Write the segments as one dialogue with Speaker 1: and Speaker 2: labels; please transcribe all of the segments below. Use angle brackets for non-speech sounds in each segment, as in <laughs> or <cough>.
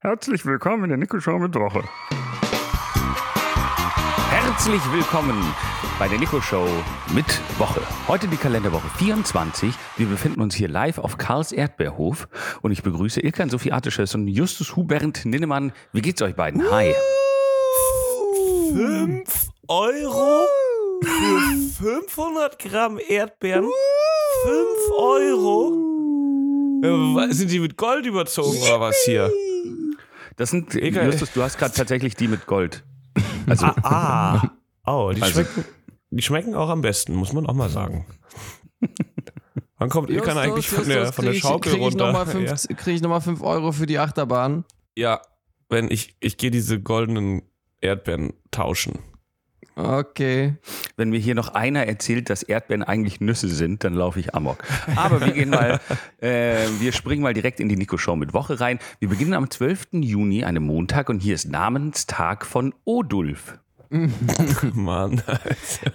Speaker 1: Herzlich willkommen in der Nico Show mit Woche.
Speaker 2: Herzlich willkommen bei der Nico Show mit Woche. Heute die Kalenderwoche 24. Wir befinden uns hier live auf Karls Erdbeerhof und ich begrüße Ilkan Sophie Artisches und Justus Hubert Ninnemann. Wie geht's euch beiden? Hi.
Speaker 3: 5 Euro für 500 Gramm Erdbeeren. 5 Euro. Äh, wa- Sind die mit Gold überzogen oder was hier?
Speaker 2: Das sind
Speaker 3: Egal.
Speaker 2: Justus, du hast gerade tatsächlich die mit Gold. Also
Speaker 3: Ah. Oh, die,
Speaker 2: Also-
Speaker 3: schmecken, die schmecken auch am besten, muss man auch mal sagen. Wann kommt ihr kann eigentlich von der, von der
Speaker 4: krieg ich-
Speaker 3: Schaukel
Speaker 4: krieg Ich
Speaker 3: runter? <laughs>
Speaker 4: nochmal fünf, Krieg ich nochmal 5 Euro für die Achterbahn?
Speaker 3: ja, wenn ich, ich gehe diese goldenen Erdbeeren tauschen. <laughs>
Speaker 4: Okay.
Speaker 2: Wenn mir hier noch einer erzählt, dass Erdbeeren eigentlich Nüsse sind, dann laufe ich amok. Aber wir gehen mal, äh, wir springen mal direkt in die Nico-Show mit Woche rein. Wir beginnen am 12. Juni, einem Montag, und hier ist Namenstag von Odulf.
Speaker 3: Mann.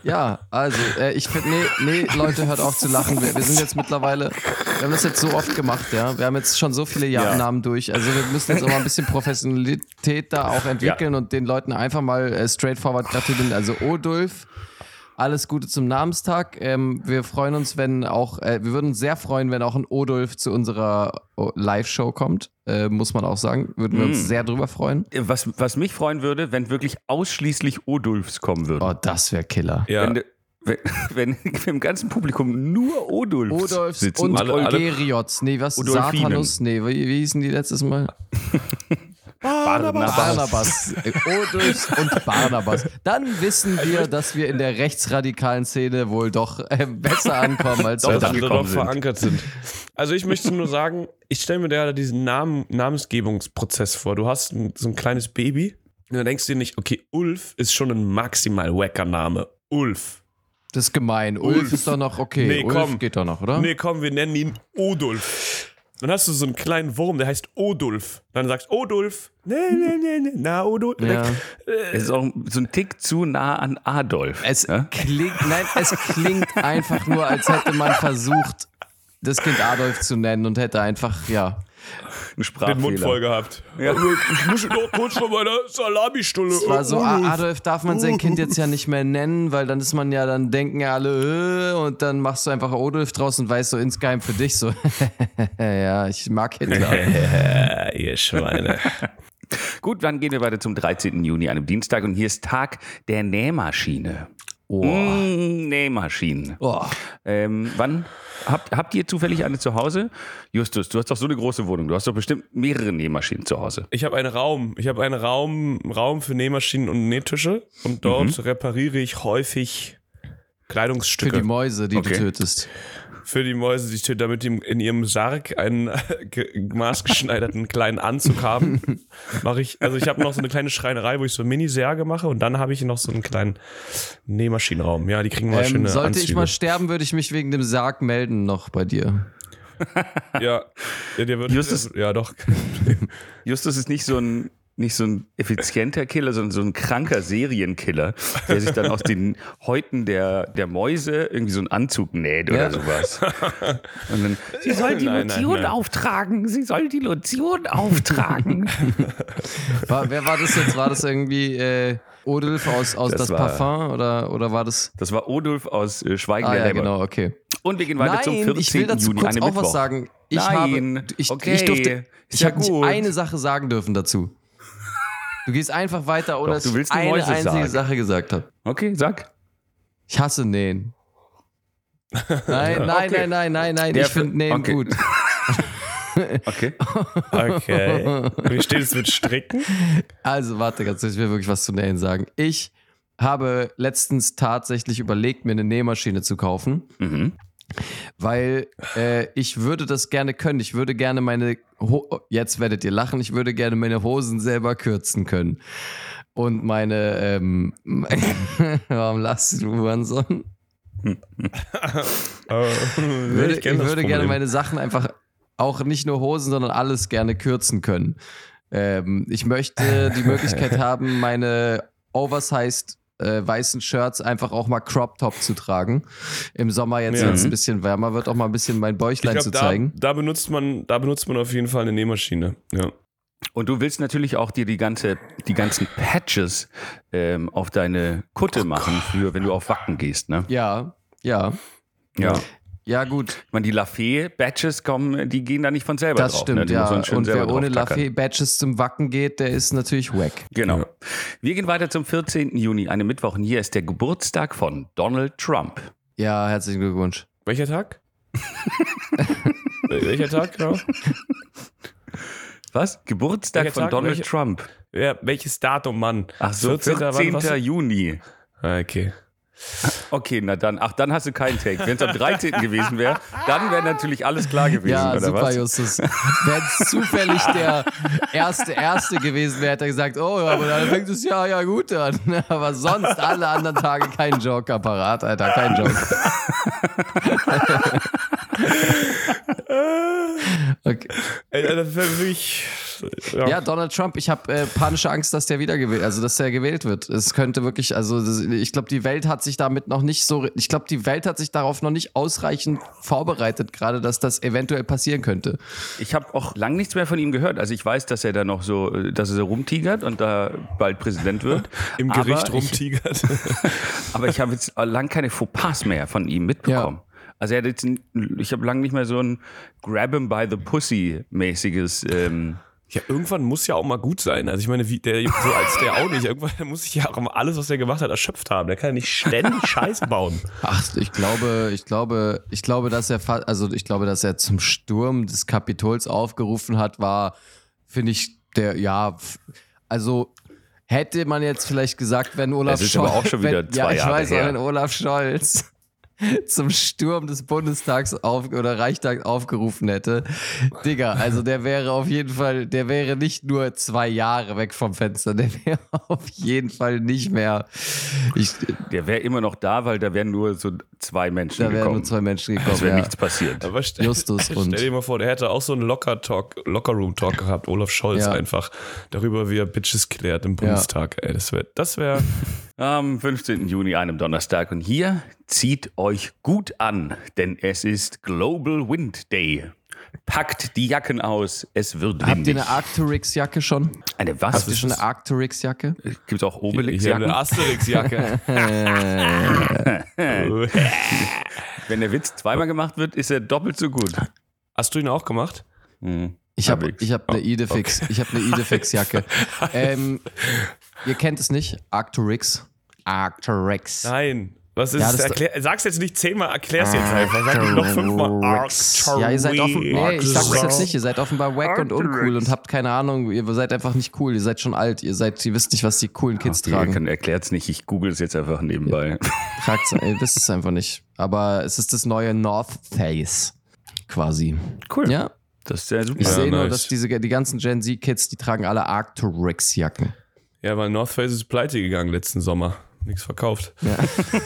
Speaker 4: Ja, also, äh, ich finde, nee, nee, Leute, hört auf zu lachen. Wir, wir sind jetzt mittlerweile, wir haben das jetzt so oft gemacht, ja. Wir haben jetzt schon so viele ja
Speaker 2: Ja.
Speaker 4: Namen durch. Also, wir müssen jetzt auch mal ein bisschen Professionalität da auch entwickeln und den Leuten einfach mal äh, straightforward gratulieren. Also, Odulf. Alles Gute zum Namenstag. Ähm, wir freuen uns, wenn auch, äh, wir würden uns sehr freuen, wenn auch ein Odulf zu unserer O- Live-Show kommt. Äh, muss man auch sagen. Würden wir uns sehr drüber freuen.
Speaker 2: Äh, Was, was mich freuen würde, wenn wirklich ausschließlich Odulfs kommen würden.
Speaker 4: Oh, das wäre Killer.
Speaker 3: Ja.
Speaker 2: Wenn, wenn, <laughs> wenn im ganzen Publikum nur Odulfs
Speaker 4: Odolfs
Speaker 2: sitzen.
Speaker 4: und
Speaker 3: alle- alle-
Speaker 4: Olgeriots. Nee, was?
Speaker 2: Odolfinen.
Speaker 4: Satanus? Nee, wie, wie hießen die letztes Mal?
Speaker 2: Barnabas.
Speaker 4: Barnabas. Odolfs und Barnabas. Dann wissen
Speaker 3: Also
Speaker 4: wir, dass wir in der rechtsradikalen Szene wohl doch äh, besser ankommen als
Speaker 2: Doch,
Speaker 4: wir
Speaker 3: dass
Speaker 2: dann
Speaker 4: dachten.
Speaker 3: andere
Speaker 2: gekommen
Speaker 3: noch
Speaker 2: sind.
Speaker 3: verankert sind. Also ich möchte nur sagen, ich stelle mir da diesen Namen, Namensgebungsprozess vor. Du hast ein, so ein kleines Baby und dann denkst du dir nicht, okay, Ulf ist schon ein maximal wacker Name. Ulf.
Speaker 4: Das ist gemein. Ulf,
Speaker 3: Ulf.
Speaker 4: ist doch noch okay.
Speaker 3: Nee,
Speaker 4: Ulf
Speaker 3: komm.
Speaker 4: geht doch noch, oder?
Speaker 3: Nee, komm, wir nennen ihn Odulf. Dann hast du so einen kleinen Wurm, der heißt Odulf. Dann sagst du, Odulf. Nee, nee, nee, nee. Na, Odulf.
Speaker 4: Ja.
Speaker 2: Es ist auch so ein Tick zu nah an Adolf.
Speaker 4: Es
Speaker 2: ne?
Speaker 4: klingt, nein, es klingt einfach nur, als hätte man versucht, das Kind Adolf zu nennen und hätte einfach, ja.
Speaker 2: Ein Sprachfehler.
Speaker 3: Den Mund voll gehabt.
Speaker 2: Ja.
Speaker 3: Ich muss noch kurz von meiner Salamistulle. Oh,
Speaker 4: Es war so, ah, Adolf darf man sein Kind jetzt ja nicht mehr nennen, weil dann ist man ja, dann denken ja alle, äh, und dann machst du einfach Odolf draus und weißt so insgeheim für dich so, <laughs> ja, ich mag
Speaker 2: <laughs>
Speaker 4: Hitler.
Speaker 3: Ah, <laughs> ihr Schweine.
Speaker 2: Gut, dann gehen wir weiter zum 13. Juni, einem Dienstag. Und hier ist Tag der Nähmaschine.
Speaker 4: Oh.
Speaker 2: Mm, Nähmaschinen.
Speaker 4: Oh.
Speaker 2: Ähm, wann habt, habt ihr zufällig eine zu Hause? Justus, du hast doch so eine große Wohnung. Du hast doch bestimmt mehrere Nähmaschinen zu Hause.
Speaker 3: Ich habe einen Raum. Ich habe einen Raum, Raum für Nähmaschinen und Nähtische. Und dort repariere ich häufig
Speaker 4: Mhm. Für
Speaker 3: Kleidungsstücke
Speaker 4: die Mäuse, die
Speaker 2: Okay.
Speaker 4: du tötest.
Speaker 3: für die Mäuse, die tö- damit die in ihrem Sarg einen <laughs> äh, ge- maßgeschneiderten kleinen Anzug haben. Mache ich, also ich habe noch so eine kleine Schreinerei, wo ich so Mini-Särge mache und dann habe ich noch so einen kleinen Nähmaschinenraum. Ja, die kriegen mal
Speaker 4: Ähm,
Speaker 3: schöne
Speaker 4: sollte
Speaker 3: Anzüge.
Speaker 4: ich mal sterben, würde ich mich wegen dem Sarg melden noch bei dir.
Speaker 3: ja, ja, der wird,
Speaker 2: Justus-
Speaker 3: ja doch.
Speaker 2: Justus ist nicht so ein nicht so ein effizienter Killer, sondern so ein kranker Serienkiller, der sich dann aus den Häuten der, der Mäuse irgendwie so einen Anzug näht oder
Speaker 4: Ja.
Speaker 2: sowas. Und dann,
Speaker 3: <laughs>
Speaker 2: sie soll die
Speaker 3: Nein, nein,
Speaker 2: Lotion
Speaker 3: nein.
Speaker 2: auftragen, sie soll die
Speaker 3: <laughs>
Speaker 2: Lotion auftragen.
Speaker 4: War, wer war das jetzt? War das irgendwie äh, Odolf aus, aus
Speaker 2: Das
Speaker 4: das,
Speaker 2: war-
Speaker 4: Parfum oder, oder war das?
Speaker 2: Das war Odulf aus äh, Schweigen
Speaker 4: Ah
Speaker 2: der
Speaker 4: ja,
Speaker 2: Lämmer.
Speaker 4: genau, okay.
Speaker 2: Und wir gehen weiter zum 14.
Speaker 4: ich will dazu
Speaker 2: Juni,
Speaker 4: kurz
Speaker 2: einem
Speaker 4: auch
Speaker 2: Mittwoch.
Speaker 4: was sagen. Ich
Speaker 2: Nein,
Speaker 4: habe, ich,
Speaker 2: okay,
Speaker 4: ich durfte,
Speaker 2: ist
Speaker 4: ich
Speaker 2: ja
Speaker 4: habe nicht
Speaker 2: gut.
Speaker 4: eine Sache sagen dürfen dazu. Du gehst einfach weiter, ohne
Speaker 2: Doch,
Speaker 4: dass
Speaker 2: du
Speaker 4: ich
Speaker 2: willst die
Speaker 4: eine
Speaker 2: Mäuse
Speaker 4: einzige
Speaker 2: sagen.
Speaker 4: Sache gesagt habe.
Speaker 2: Okay, sag.
Speaker 4: Ich hasse Nähen.
Speaker 2: <laughs>
Speaker 4: Nein, nein,
Speaker 2: Okay.
Speaker 4: nein, nein, nein, nein.
Speaker 2: Der
Speaker 4: ich finde
Speaker 2: Fr-
Speaker 4: Nähen
Speaker 2: okay.
Speaker 4: gut. <laughs>
Speaker 2: Okay.
Speaker 3: Okay. Wie steht es mit Stricken?
Speaker 4: Also warte ganz kurz, ich will wirklich was zu Nähen sagen. Ich habe letztens tatsächlich überlegt, mir eine Nähmaschine zu kaufen.
Speaker 2: Mhm.
Speaker 4: weil äh, ich würde das gerne können. Ich würde gerne meine, Ho oh, jetzt werdet ihr lachen, ich würde gerne meine Hosen selber kürzen können. Und meine, ähm, <laughs> warum lachst du, Hurensohn? Würde, ich würde gerne meine Sachen einfach, auch nicht nur Hosen, sondern alles gerne kürzen können. Ähm, ich möchte
Speaker 3: <laughs>
Speaker 4: die Möglichkeit haben, meine oversized äh, weißen Shirts einfach auch mal Crop Top zu tragen. Im Sommer jetzt,
Speaker 3: Ja. Mhm.
Speaker 4: wenn es ein bisschen wärmer wird, auch mal ein bisschen mein
Speaker 3: ich
Speaker 4: Bäuchlein
Speaker 3: glaub,
Speaker 4: zu
Speaker 3: da,
Speaker 4: zeigen.
Speaker 3: da benutzt man, da benutzt man auf jeden Fall eine Nähmaschine. Ja.
Speaker 2: Und du willst natürlich auch dir die ganze, die ganzen Patches ähm, auf deine
Speaker 4: Oh
Speaker 2: Kutte machen, für, wenn du auf Wacken gehst, ne?
Speaker 4: Ja, ja.
Speaker 2: Ja.
Speaker 4: Ja, gut,
Speaker 2: Ich meine, die Lafayette-Badges kommen, die gehen da nicht von selber
Speaker 4: das
Speaker 2: drauf. ne?
Speaker 4: stimmt,
Speaker 2: Die muss
Speaker 4: ja.
Speaker 2: man schon
Speaker 4: Und
Speaker 2: selber
Speaker 4: wer ohne
Speaker 2: drauf tackern.
Speaker 4: Lafayette-Badges zum Wacken geht, der ist natürlich wack.
Speaker 2: Genau. Wir gehen weiter zum 14. Juni, einem Mittwoch. Und hier ist der Geburtstag von Donald Trump.
Speaker 4: Ja, herzlichen Glückwunsch.
Speaker 2: <laughs>
Speaker 3: Welcher Tag? Wel- Welcher Tag, genau?
Speaker 2: Was? Geburtstag
Speaker 3: Welcher
Speaker 2: von
Speaker 3: Tag?
Speaker 2: Donald
Speaker 3: Welcher-
Speaker 2: Trump.
Speaker 3: Ja, welches Datum, Mann?
Speaker 2: Ach so, 14.
Speaker 3: wann, was?
Speaker 2: Juni.
Speaker 3: Ah, okay.
Speaker 2: Okay, na dann. Ach, dann hast du keinen Take. Wenn es am 13. gewesen wäre, dann wäre natürlich alles klar gewesen,
Speaker 4: Ja,
Speaker 2: oder
Speaker 4: super,
Speaker 2: was?
Speaker 4: Justus. Wenn es zufällig der erste Erste gewesen wäre, hätte er gesagt, oh, ja, aber dann fängt das Jahr ja gut an. <laughs> Aber sonst alle anderen Tage kein Joke parat, Alter, kein Joke.
Speaker 2: <laughs>
Speaker 4: <laughs> Okay.
Speaker 3: Ey, Alter, das wäre wirklich. Ja.
Speaker 4: Ja, Donald Trump, ich habe äh, panische Angst, dass der wieder gewählt, also dass der gewählt wird. Es könnte wirklich, also das, ich glaube, die Welt hat sich damit noch nicht so, ich glaube, die Welt hat sich darauf noch nicht ausreichend vorbereitet, gerade, dass das eventuell passieren könnte.
Speaker 2: Ich habe auch lang nichts mehr von ihm gehört. Also ich weiß, dass er da noch so, äh, dass er so rumtigert und da bald Präsident wird.
Speaker 3: <laughs> Im Gericht
Speaker 2: aber Ich, <laughs>
Speaker 3: rumtigert.
Speaker 2: aber ich habe jetzt lang keine Fauxpas mehr von ihm mitbekommen. Also er hat jetzt, n- ich habe lang nicht mehr so ein Grab him by the pussy mäßiges. Ähm,
Speaker 3: Ja, irgendwann muss ja auch mal gut sein. Also ich meine, wie der so als der auch nicht. Irgendwann muss ich ja auch mal alles, was er gemacht hat, erschöpft haben. Der kann ja nicht
Speaker 2: <laughs>
Speaker 3: ständig Scheiße bauen.
Speaker 4: Ach, ich glaube, ich glaube, ich glaube, dass er, fa- also ich glaube, dass er zum Sturm des Kapitols aufgerufen hat, war, finde ich, der, ja, f- also hätte man jetzt vielleicht gesagt, wenn Olaf
Speaker 2: Es ist
Speaker 4: Scholz,
Speaker 2: aber auch schon wieder
Speaker 4: wenn, ja,
Speaker 2: zwei
Speaker 4: ich
Speaker 2: Jahre
Speaker 4: weiß,
Speaker 2: her.
Speaker 4: aber wenn Olaf Scholz <laughs> zum Sturm des Bundestags auf, oder Reichstags aufgerufen hätte, Digga, also der wäre auf jeden Fall, der wäre nicht nur zwei Jahre weg vom Fenster, der <laughs> wäre auf jeden Fall nicht mehr. Ich,
Speaker 2: der wäre immer noch da, weil da wären nur so zwei Menschen
Speaker 4: da wären
Speaker 2: gekommen.
Speaker 4: nur zwei Menschen gekommen.
Speaker 2: es wäre
Speaker 4: ja.
Speaker 2: nichts passiert.
Speaker 3: Aber stell,
Speaker 4: Justus
Speaker 3: <laughs> stell
Speaker 4: und-
Speaker 3: dir mal vor, der hätte auch so einen Locker-Talk, Locker-Room-Talk gehabt, Olaf Scholz
Speaker 4: Ja.
Speaker 3: einfach, darüber, wie er Bitches klärt im Bundestag. Ey, das wäre, das
Speaker 4: <laughs>
Speaker 3: wäre,
Speaker 2: Am 15. Juni, einem Donnerstag. Und hier zieht euch gut an, denn es ist Global Wind Day. Packt die Jacken aus, es wird
Speaker 4: Habt ihr
Speaker 2: windig.
Speaker 4: eine Arcturix-Jacke schon?
Speaker 2: eine was?
Speaker 4: Habt ihr schon eine Arcturix-Jacke?
Speaker 2: Gibt es auch
Speaker 3: ich habe
Speaker 2: Obelix-Jacken?
Speaker 3: eine Asterix-Jacke.
Speaker 4: <laughs>
Speaker 2: Wenn der Witz zweimal gemacht wird, ist er doppelt so gut. Hm.
Speaker 3: Hast du ihn auch gemacht?
Speaker 4: Ich habe
Speaker 2: Arcturix.
Speaker 4: ich hab eine
Speaker 3: Oh,
Speaker 4: Idefix. Ich habe
Speaker 3: <laughs>
Speaker 4: eine Idefix-Jacke. ähm, ihr kennt es nicht? Arcturix. Arcturix.
Speaker 3: Nein. Was ist
Speaker 4: Ja,
Speaker 3: es?
Speaker 4: das-
Speaker 3: Erklär, sag's jetzt nicht zehnmal, erklär's jetzt einfach. Sag nicht noch fünfmal.
Speaker 4: Arcturix. Ja, ihr seid offen. Nee, ich sag das jetzt nicht. Ihr seid offenbar wack und uncool und habt keine Ahnung. Ihr seid einfach nicht cool. Ihr seid schon alt. Ihr seid, ihr wisst nicht, was die coolen Kids tragen.
Speaker 2: Erklärt es nicht, ich google es jetzt einfach nebenbei.
Speaker 4: Tragt's, ihr wisst es einfach nicht. Aber es ist das neue North Face. Quasi.
Speaker 2: <laughs> Cool.
Speaker 4: Ja,
Speaker 2: Das ist sehr super.
Speaker 4: Ich
Speaker 3: Ja,
Speaker 4: sehe nur,
Speaker 3: nice.
Speaker 4: dass diese, die ganzen Gen Z-Kids, die tragen alle Arcturix-Jacken.
Speaker 3: Ja, weil North Face ist pleite gegangen letzten Sommer. Nichts verkauft.
Speaker 4: <laughs>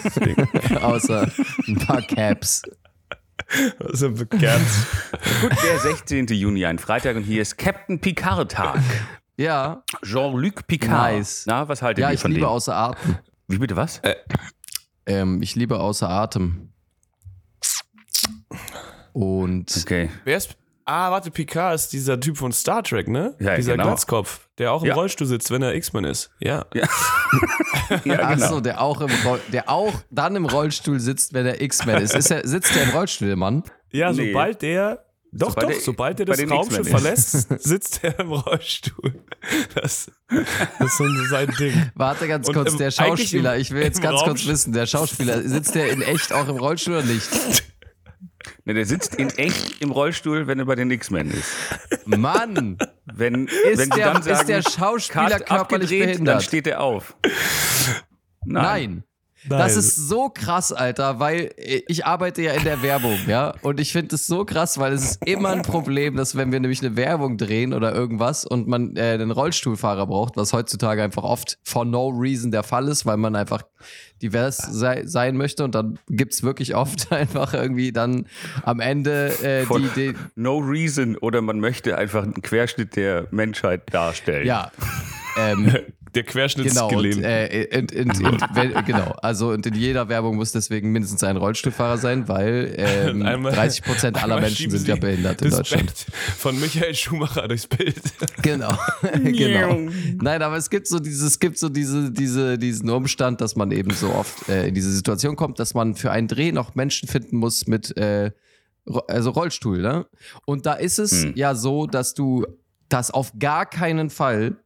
Speaker 3: Deswegen. <laughs>
Speaker 4: Außer ein paar Caps.
Speaker 3: Das sind bekannt.
Speaker 2: Gut, der 16. Juni, ein Freitag. Und hier ist Captain Picard-Tag.
Speaker 4: Ja,
Speaker 2: Jean-Luc Picard.
Speaker 4: Nice.
Speaker 2: Na, was haltet
Speaker 4: ja,
Speaker 2: ihr
Speaker 4: ich
Speaker 2: von
Speaker 4: liebe
Speaker 2: dem?
Speaker 4: außer Atem.
Speaker 2: Wie bitte was?
Speaker 4: Ähm, ich liebe außer Atem.
Speaker 3: <laughs>
Speaker 4: Und
Speaker 2: Okay.
Speaker 3: Wer ist. Ah, warte, Picard ist dieser Typ von Star Trek, ne?
Speaker 2: Ja,
Speaker 3: dieser
Speaker 2: genau.
Speaker 3: Glatzkopf, der auch im
Speaker 2: Ja.
Speaker 3: Rollstuhl sitzt, wenn er X-Men ist. Ja.
Speaker 2: Ja,
Speaker 3: genau.
Speaker 4: ach so, der auch, im Roll, der auch dann im Rollstuhl sitzt, wenn er X-Men ist. ist er, sitzt der im Rollstuhl, der Mann?
Speaker 3: Ja,
Speaker 2: Nee.
Speaker 3: sobald der. Doch,
Speaker 2: Sobald
Speaker 3: doch,
Speaker 2: der-
Speaker 3: sobald der
Speaker 2: bei
Speaker 3: das
Speaker 2: den
Speaker 3: Raumschiff
Speaker 2: X-Men
Speaker 3: verlässt,
Speaker 4: <laughs>
Speaker 3: sitzt er im Rollstuhl. Das, das ist so sein Ding.
Speaker 4: Warte ganz
Speaker 3: Und
Speaker 4: kurz,
Speaker 3: im-
Speaker 4: der
Speaker 3: eigentlich
Speaker 4: Schauspieler,
Speaker 3: im-
Speaker 4: ich will jetzt
Speaker 3: im
Speaker 4: ganz
Speaker 3: Raum-
Speaker 4: kurz wissen, der Schauspieler, sitzt der in echt auch im Rollstuhl oder nicht?
Speaker 2: Ne, der sitzt in echt im Rollstuhl, wenn er bei den X-Men ist.
Speaker 4: Mann!
Speaker 2: Wenn,
Speaker 4: Ist
Speaker 2: wenn sie
Speaker 4: der-
Speaker 2: dann
Speaker 4: ist
Speaker 2: sagen,
Speaker 4: der Schauspieler
Speaker 2: Cut,
Speaker 4: körperlich
Speaker 2: abgedreht, Dann
Speaker 4: behindert?
Speaker 2: steht er auf.
Speaker 4: Nein. Das ist so krass, Alter, weil äh, ich arbeite ja in der Werbung, ja. Und ich finde es so krass, weil es ist immer ein Problem, dass wenn wir nämlich eine Werbung drehen oder irgendwas und man äh, einen Rollstuhlfahrer braucht, was heutzutage einfach oft for no reason der Fall ist, weil man einfach divers sei, sein möchte und dann gibt es wirklich oft <laughs> einfach irgendwie dann am Ende äh,
Speaker 2: Von-
Speaker 4: die Idee.
Speaker 2: No reason. Oder man möchte einfach einen Querschnitt der Menschheit darstellen.
Speaker 4: Ja. Ähm,
Speaker 3: der Querschnitt
Speaker 4: Genau,
Speaker 3: ist gelähmt.
Speaker 4: und, äh, und, und,
Speaker 3: <laughs>
Speaker 4: und, wenn- genau. Also und in jeder Werbung muss deswegen mindestens ein Rollstuhlfahrer sein, weil ähm,
Speaker 3: Und <laughs> einmal-
Speaker 4: 30 Prozent aller
Speaker 3: einmal
Speaker 4: Menschen
Speaker 3: schieben
Speaker 4: sind
Speaker 3: sie
Speaker 4: ja behindert in
Speaker 3: das
Speaker 4: Deutschland.
Speaker 3: Bett von Michael Schumacher durchs Bild.
Speaker 4: <laughs> Genau. <laughs> genau. Nein, aber es gibt so dieses, es gibt so diese, diese, diesen Umstand, dass man eben so oft äh, in diese Situation kommt, dass man für einen Dreh noch Menschen finden muss mit äh, Ro- also Rollstuhl, ne? Und da ist es
Speaker 3: Hm.
Speaker 4: ja so, dass du das auf gar keinen Fall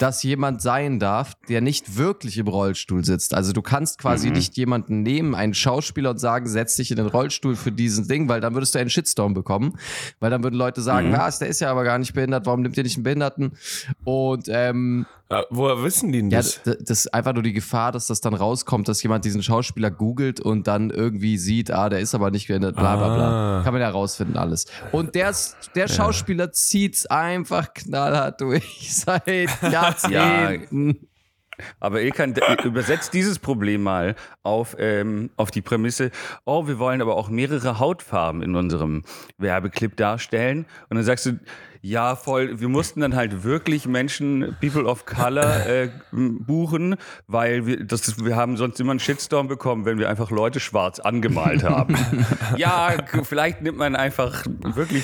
Speaker 4: dass jemand sein darf, der nicht wirklich im Rollstuhl sitzt. Also du kannst quasi nicht jemanden nehmen, einen Schauspieler und sagen, setz dich in den Rollstuhl für diesen Ding, weil dann würdest du einen Shitstorm bekommen, weil dann würden Leute sagen, was, der ist ja aber gar nicht behindert, warum nimmt ihr nicht einen Behinderten? Und ähm,
Speaker 3: Ah, Woher wissen die denn
Speaker 4: ja,
Speaker 3: das?
Speaker 4: d- das ist einfach nur die Gefahr, dass das dann rauskommt, dass jemand diesen Schauspieler googelt und dann irgendwie sieht, ah, der ist aber nicht geändert, bla bla bla.
Speaker 3: Ah.
Speaker 4: Kann man ja rausfinden alles. Und der, ist- der Schauspieler zieht's einfach knallhart durch <laughs> seit Jahrzehnten.
Speaker 2: Aber Ilkan, d- äh, übersetzt dieses Problem mal auf, ähm, auf die Prämisse, oh, wir wollen aber auch mehrere Hautfarben in unserem Werbeclip darstellen. Und dann sagst du, ja, voll, wir mussten dann halt wirklich Menschen, People of Color, äh, m, buchen, weil wir, das, ist- wir haben sonst immer einen Shitstorm bekommen, wenn wir einfach Leute schwarz angemalt haben. ja, g- vielleicht nimmt man einfach wirklich.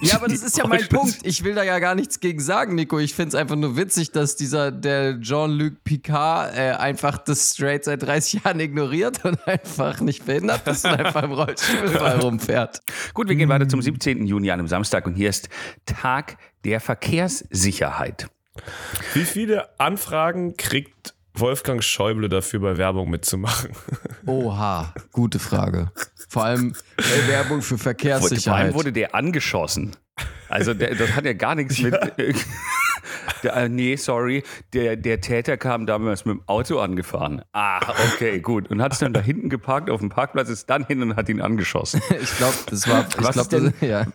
Speaker 4: Ja, aber das
Speaker 2: die
Speaker 4: ist ja mein
Speaker 2: Rollstuhl-
Speaker 4: Punkt. Ich will da ja gar nichts gegen sagen, Nico. Ich find's einfach nur witzig, dass dieser, der Jean-Luc Picard äh, einfach das Straight seit 30 Jahren ignoriert und <laughs> einfach nicht behindert ist und einfach im Rollstuhl <laughs> rumfährt.
Speaker 2: Gut, wir gehen weiter zum 17. Juni an einem Samstag und hier ist Tag der Verkehrssicherheit.
Speaker 3: Wie viele Anfragen kriegt Wolfgang Schäuble dafür, bei Werbung mitzumachen?
Speaker 4: Oha, gute Frage. Vor allem äh, Werbung für
Speaker 2: Wurde, vor allem
Speaker 4: Verkehrssicherheit.
Speaker 2: wurde der angeschossen. Also der, das hat ja gar <laughs> nichts mit. äh, Der, äh, nee, sorry. Der, der Täter kam damals mit dem Auto angefahren. Ah, okay, gut. Und hat es dann da hinten geparkt auf dem Parkplatz, ist dann hin und hat ihn angeschossen.
Speaker 4: ich glaube, das war. Ich
Speaker 2: Was
Speaker 4: glaub,
Speaker 2: ist denn-
Speaker 4: das, ja.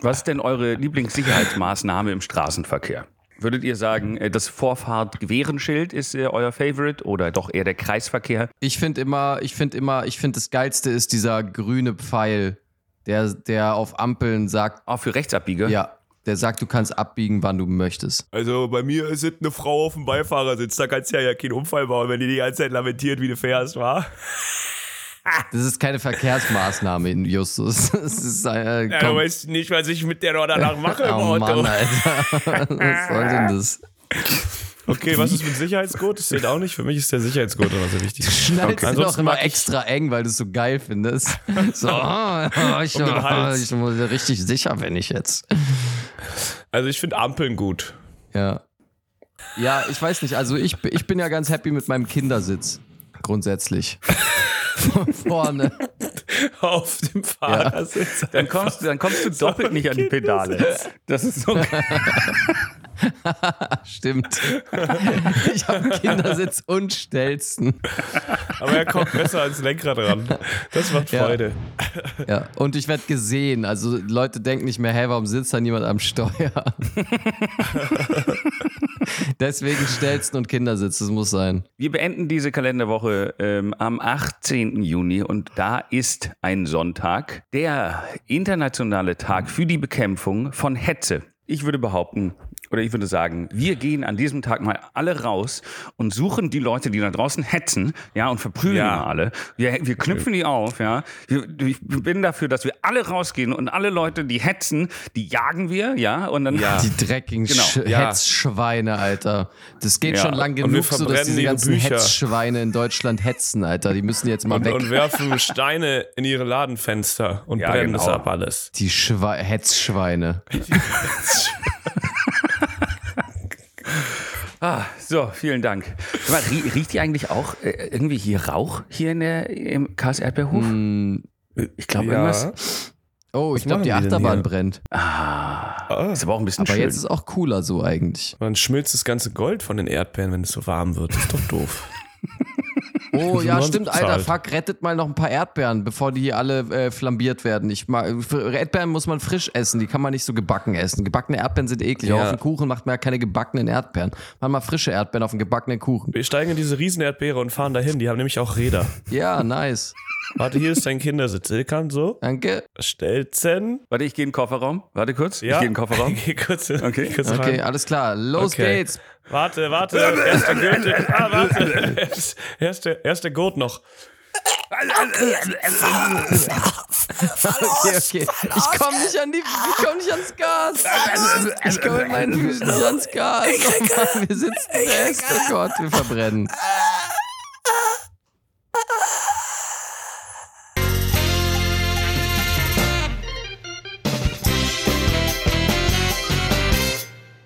Speaker 2: Was ist denn eure Lieblingssicherheitsmaßnahme im Straßenverkehr? Würdet ihr sagen, äh, das Vorfahrt-Gewehrenschild ist äh, euer Favorite oder doch eher der Kreisverkehr?
Speaker 4: Ich finde immer, ich finde immer, ich finde das Geilste ist dieser grüne Pfeil, der, der auf Ampeln sagt,
Speaker 2: Auch Ah, für Rechtsabbieger?
Speaker 4: ja, der sagt, du kannst abbiegen, wann du möchtest.
Speaker 3: Also bei mir ist es eine Frau auf dem Beifahrersitz, da kannst du ja, ja keinen Unfall bauen, wenn die die ganze Zeit lamentiert, wie du fährst, war.
Speaker 4: Das ist keine Verkehrsmaßnahme in Justus. <laughs> Das ist äh,
Speaker 3: Ja, du
Speaker 4: komm.
Speaker 3: weißt nicht, was ich mit der noch danach mache im
Speaker 4: Oh
Speaker 3: Auto.
Speaker 4: Mann, Alter. <laughs> Was soll denn das?
Speaker 3: Okay, was ist mit Sicherheitsgurt? Das zählt auch nicht. Für mich ist der Sicherheitsgurt immer sehr wichtig.
Speaker 4: Schnallst du doch
Speaker 3: Ansonsten
Speaker 4: immer
Speaker 3: mag ich-
Speaker 4: extra eng, weil du es so
Speaker 3: <laughs>
Speaker 4: geil findest. So, oh, oh, ich,
Speaker 3: Um den Hals.
Speaker 4: ich muss ja richtig sicher, bin ich jetzt.
Speaker 3: Also ich finde Ampeln gut.
Speaker 4: Ja. Ja, ich weiß nicht. Also ich, ich bin ja ganz happy mit meinem Kindersitz. Grundsätzlich. <laughs> Von vorne.
Speaker 3: Auf dem <laughs> Fahrersitz.
Speaker 2: Dann kommst, du- dann kommst <laughs> du doppelt nicht an die Pedale. Das ist so
Speaker 4: Stimmt. Ich habe Kindersitz und Stelzen.
Speaker 3: Aber er kommt besser ans Lenkrad ran. Das macht
Speaker 4: Ja.
Speaker 3: Freude.
Speaker 4: Ja. Und ich werde gesehen. Also Leute denken nicht mehr, hey, warum sitzt da niemand
Speaker 3: <laughs>
Speaker 4: am Steuer? Deswegen Stelzen und Kindersitz, das muss sein.
Speaker 2: Wir beenden diese Kalenderwoche ähm, am 18. Juni und da ist ein Sonntag, der internationale Tag für die Bekämpfung von Hetze. Ich würde behaupten, oder ich würde sagen, wir gehen an diesem Tag mal alle raus und suchen die Leute, die da draußen hetzen, ja, und verprügeln
Speaker 3: Ja.
Speaker 2: mal alle. Wir, wir knüpfen die auf, ja. Wir- Ich bin dafür, dass wir alle rausgehen und alle Leute, die hetzen, die jagen wir, ja, und dann <laughs>
Speaker 3: Ja.
Speaker 4: Die dreckigen
Speaker 2: Genau,
Speaker 4: Sch
Speaker 3: ja.
Speaker 4: Hetzschweine, Alter. Das geht
Speaker 2: Ja,
Speaker 4: schon lang
Speaker 3: wir
Speaker 4: genug so, dass
Speaker 3: verbrennen
Speaker 4: diese
Speaker 3: ihre
Speaker 4: ganzen
Speaker 3: Bücher.
Speaker 4: Hetzschweine in Deutschland hetzen, Alter. Die müssen jetzt mal
Speaker 3: Und,
Speaker 4: weg.
Speaker 3: und werfen Steine in ihre Ladenfenster und
Speaker 2: Ja,
Speaker 3: brennen das
Speaker 2: genau.
Speaker 3: ab alles.
Speaker 4: die Schwe Hetzschweine.
Speaker 2: Ah, so, vielen Dank. Sag mal, rie- riecht hier eigentlich auch äh, irgendwie hier Rauch hier in der, im Karls Erdbeerhof? Ich glaube irgendwas.
Speaker 4: Oh, ich glaube, die
Speaker 3: machen die denn
Speaker 4: Achterbahn
Speaker 3: hier?
Speaker 4: brennt.
Speaker 3: Ah.
Speaker 2: Ist aber auch ein bisschen
Speaker 4: Aber
Speaker 2: schön.
Speaker 4: jetzt ist auch cooler so eigentlich.
Speaker 3: Man schmilzt das ganze Gold von den Erdbeeren, wenn es so warm wird. Das ist doch doof.
Speaker 4: Oh
Speaker 3: sind
Speaker 4: ja,
Speaker 3: nur
Speaker 4: stimmt,
Speaker 3: bezahlt.
Speaker 4: Alter. Fuck, rettet mal noch ein paar Erdbeeren, bevor die hier alle äh, flambiert werden. Ich mag, Erdbeeren muss man frisch essen, die kann man nicht so gebacken essen. Gebackene Erdbeeren sind eklig. Auch
Speaker 3: Ja.
Speaker 4: Auf den Kuchen macht man ja keine gebackenen Erdbeeren. Mach mal frische Erdbeeren auf den gebackenen Kuchen.
Speaker 3: <laughs> Wir steigen in diese riesen Erdbeere und fahren dahin. Die haben nämlich auch Räder.
Speaker 4: Ja, nice.
Speaker 3: Warte, hier ist dein Kindersitz. Ilkan, so.
Speaker 4: Danke.
Speaker 3: Stelzen.
Speaker 2: Warte, ich gehe in den Kofferraum. Warte kurz.
Speaker 3: Ja.
Speaker 2: Ich gehe in den
Speaker 3: <laughs>
Speaker 2: Kofferraum.
Speaker 3: Geh kurz,
Speaker 2: Okay.
Speaker 3: kurz
Speaker 4: Okay,
Speaker 3: rein.
Speaker 4: alles klar. Los
Speaker 3: Okay.
Speaker 4: geht's. <laughs>
Speaker 3: Warte, warte. Erster Gürtel. Ah, warte.
Speaker 2: <laughs>
Speaker 3: Erster, erster Gurt noch.
Speaker 4: Okay, okay. Ich komme nicht an die, ich komm nicht ans Gas.
Speaker 3: <laughs>
Speaker 4: Ich komme mit meinen Füßen nicht ans Gas. Oh Mann, wir sitzen fest. Oh Gott, wir verbrennen.